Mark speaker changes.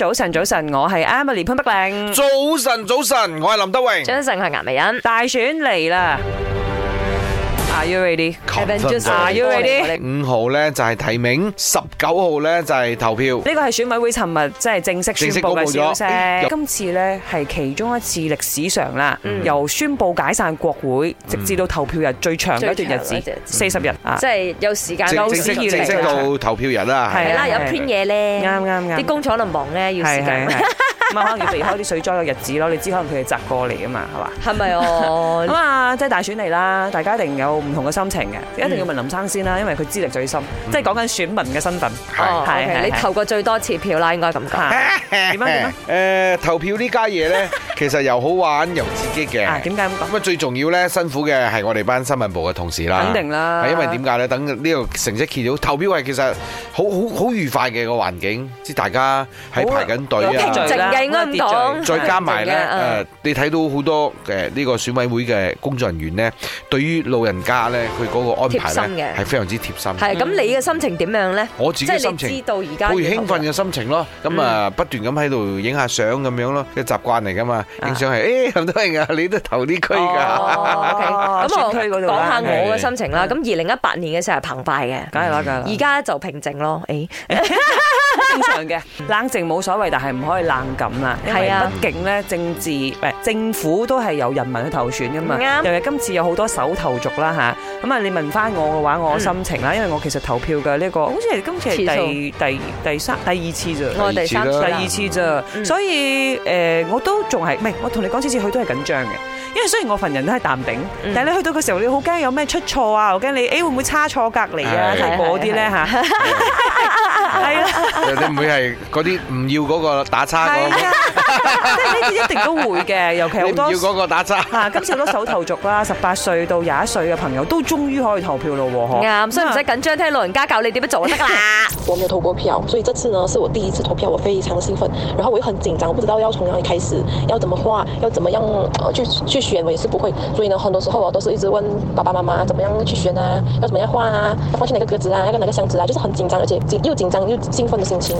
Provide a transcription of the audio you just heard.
Speaker 1: 早晨，早晨，我係 Emily 潘碧玲。
Speaker 2: 早晨，早晨，我係林德榮。
Speaker 3: 早晨，我係顏美欣。
Speaker 1: 大選嚟啦！Are you ready？Are you ready？
Speaker 2: 五號呢就係提名，十九號呢就係投票。
Speaker 1: 呢個係選委會尋日即係正式宣
Speaker 2: 正式
Speaker 1: 布
Speaker 2: 公
Speaker 1: 嘅
Speaker 2: 布
Speaker 1: 消
Speaker 2: 咗
Speaker 1: 息
Speaker 2: 嗯。
Speaker 1: 今次呢係其中一次歷史上啦，由宣布解散國會，直至到投票日最長嘅一段日
Speaker 3: 最長
Speaker 1: 子
Speaker 3: 嗰，
Speaker 1: 四十日啊
Speaker 3: 即！係有時間
Speaker 2: 正
Speaker 1: 有
Speaker 2: 正
Speaker 1: 史
Speaker 2: 式
Speaker 1: 以嚟
Speaker 2: 正式到投票日啦，
Speaker 1: 係
Speaker 3: 係啦，
Speaker 1: 係
Speaker 3: 有
Speaker 1: 係
Speaker 3: print 嘢咧，
Speaker 1: 啊啱啱啱
Speaker 3: 啲工廠度忙咧，要時間
Speaker 1: 係。咁啊，可能要避開啲水災嘅日子咯。你知可能佢哋擲過嚟啊嘛，係嘛？
Speaker 3: 係 咪哦
Speaker 1: 咁？啊，即係大選嚟啦，大家一定有唔同嘅心情嘅，一定要問林生先啦，因為佢資歷最深，
Speaker 2: 嗯
Speaker 1: 即係講緊選民嘅身份。係
Speaker 3: 哦
Speaker 1: 係
Speaker 3: ，OK，你
Speaker 1: 係
Speaker 3: 投過最多次票啦，應該咁講。
Speaker 1: 嚇點啊點啊
Speaker 2: 誒，投票呢家嘢 呢，其實又好玩又刺激
Speaker 1: 啊，
Speaker 2: 嘅。
Speaker 1: 點解咁講？
Speaker 2: 咁啊，最重要呢，辛苦嘅係我哋班新聞部嘅同事啦。
Speaker 1: 肯定啦
Speaker 2: 係因為點解呢？等呢個成績揭曉，投票係其實好好好愉快嘅個環境，即係大家喺排緊隊
Speaker 1: 有
Speaker 2: 啊
Speaker 1: 秩。序啦
Speaker 3: 靜嘅應該咁講
Speaker 1: 有秩序
Speaker 2: 再加埋 咧，誒、
Speaker 3: 嗯
Speaker 2: 你睇到好多誒呢個選委會嘅工作人員咧，對於老人家咧，佢嗰個安排
Speaker 3: 貼心
Speaker 2: 咧
Speaker 3: 嘅
Speaker 2: 係非常之貼心。
Speaker 3: 係
Speaker 1: 嗯
Speaker 3: 咁，你嘅心情點樣咧？
Speaker 2: 我自己
Speaker 3: 即
Speaker 2: 嘅
Speaker 3: 係
Speaker 2: 心
Speaker 3: 你
Speaker 2: 情
Speaker 3: 知道而家
Speaker 2: 好
Speaker 3: 要
Speaker 2: 興奮
Speaker 3: 投
Speaker 2: 嘅心情咯，咁啊
Speaker 3: 嗯
Speaker 2: 不斷咁喺度影下相咁樣咯，嘅習慣嚟噶嘛，影相係 誒咁多人啊，你都投呢區㗎，
Speaker 3: 啊 哦，OK，咁
Speaker 1: 選區嗰
Speaker 3: 我
Speaker 1: 度啦嗯
Speaker 3: 講下我嘅
Speaker 1: Dạ.
Speaker 2: 係
Speaker 3: 心情啦。咁二零一八年嘅時候係澎湃嘅，
Speaker 1: 梗係啦，梗係啦，
Speaker 3: 而家就平靜咯。誒，
Speaker 1: 正常嘅，冷靜冇所謂，但係唔可以冷感啦。因為
Speaker 3: 係啊
Speaker 1: 畢竟咧政治誒政府都係由人民去投選噶嘛。
Speaker 3: 啱
Speaker 1: 尤其今次有好多手投族啦吓，咁啊你問翻我嘅話，我心情啦，因為我其實投票嘅呢個好似係今次係第第第三第二次咋。
Speaker 3: 我第三次
Speaker 2: 第
Speaker 1: 第
Speaker 3: 啦
Speaker 1: 二次咋，
Speaker 3: 嗯
Speaker 1: 所以誒我都仲係，唔係我同你講次次去都係緊張嘅，因為雖然我份人都係淡定，
Speaker 3: 嗯
Speaker 1: 但係你去到嘅時候，你好驚有咩出錯啊，好驚你誒會唔會差錯隔離啊，
Speaker 2: 係
Speaker 1: 嗰啲咧嚇， 係啦。
Speaker 2: 你唔會係嗰啲唔要嗰個打
Speaker 1: 係啊，即係
Speaker 2: 叉嗰個，
Speaker 1: 呢啲一定都會嘅，尤其
Speaker 2: 你
Speaker 1: 好
Speaker 2: 唔要
Speaker 1: 多。
Speaker 2: 嗰個打叉。
Speaker 1: 啊！今次好多手頭族啦，十八歲到廿一歲嘅朋友都終於可以投票咯喎，
Speaker 3: 啱，所以唔使
Speaker 1: 咁啊
Speaker 3: 緊張，聽老人家教你點樣做就得啦。
Speaker 4: 我没有投过票，所以这次呢是我第一次投票，我非常兴奋，然后我又很紧张，我不知道要从哪里开始，要怎么画，要怎么样呃去去选，我也是不会，所以呢很多时候我哦都是一直问爸爸妈妈怎么样去选啊，要怎么样画啊，要放去哪个格子啊，要跟哪个箱子啊，就是很紧张，而且紧又紧张又兴奋的心情。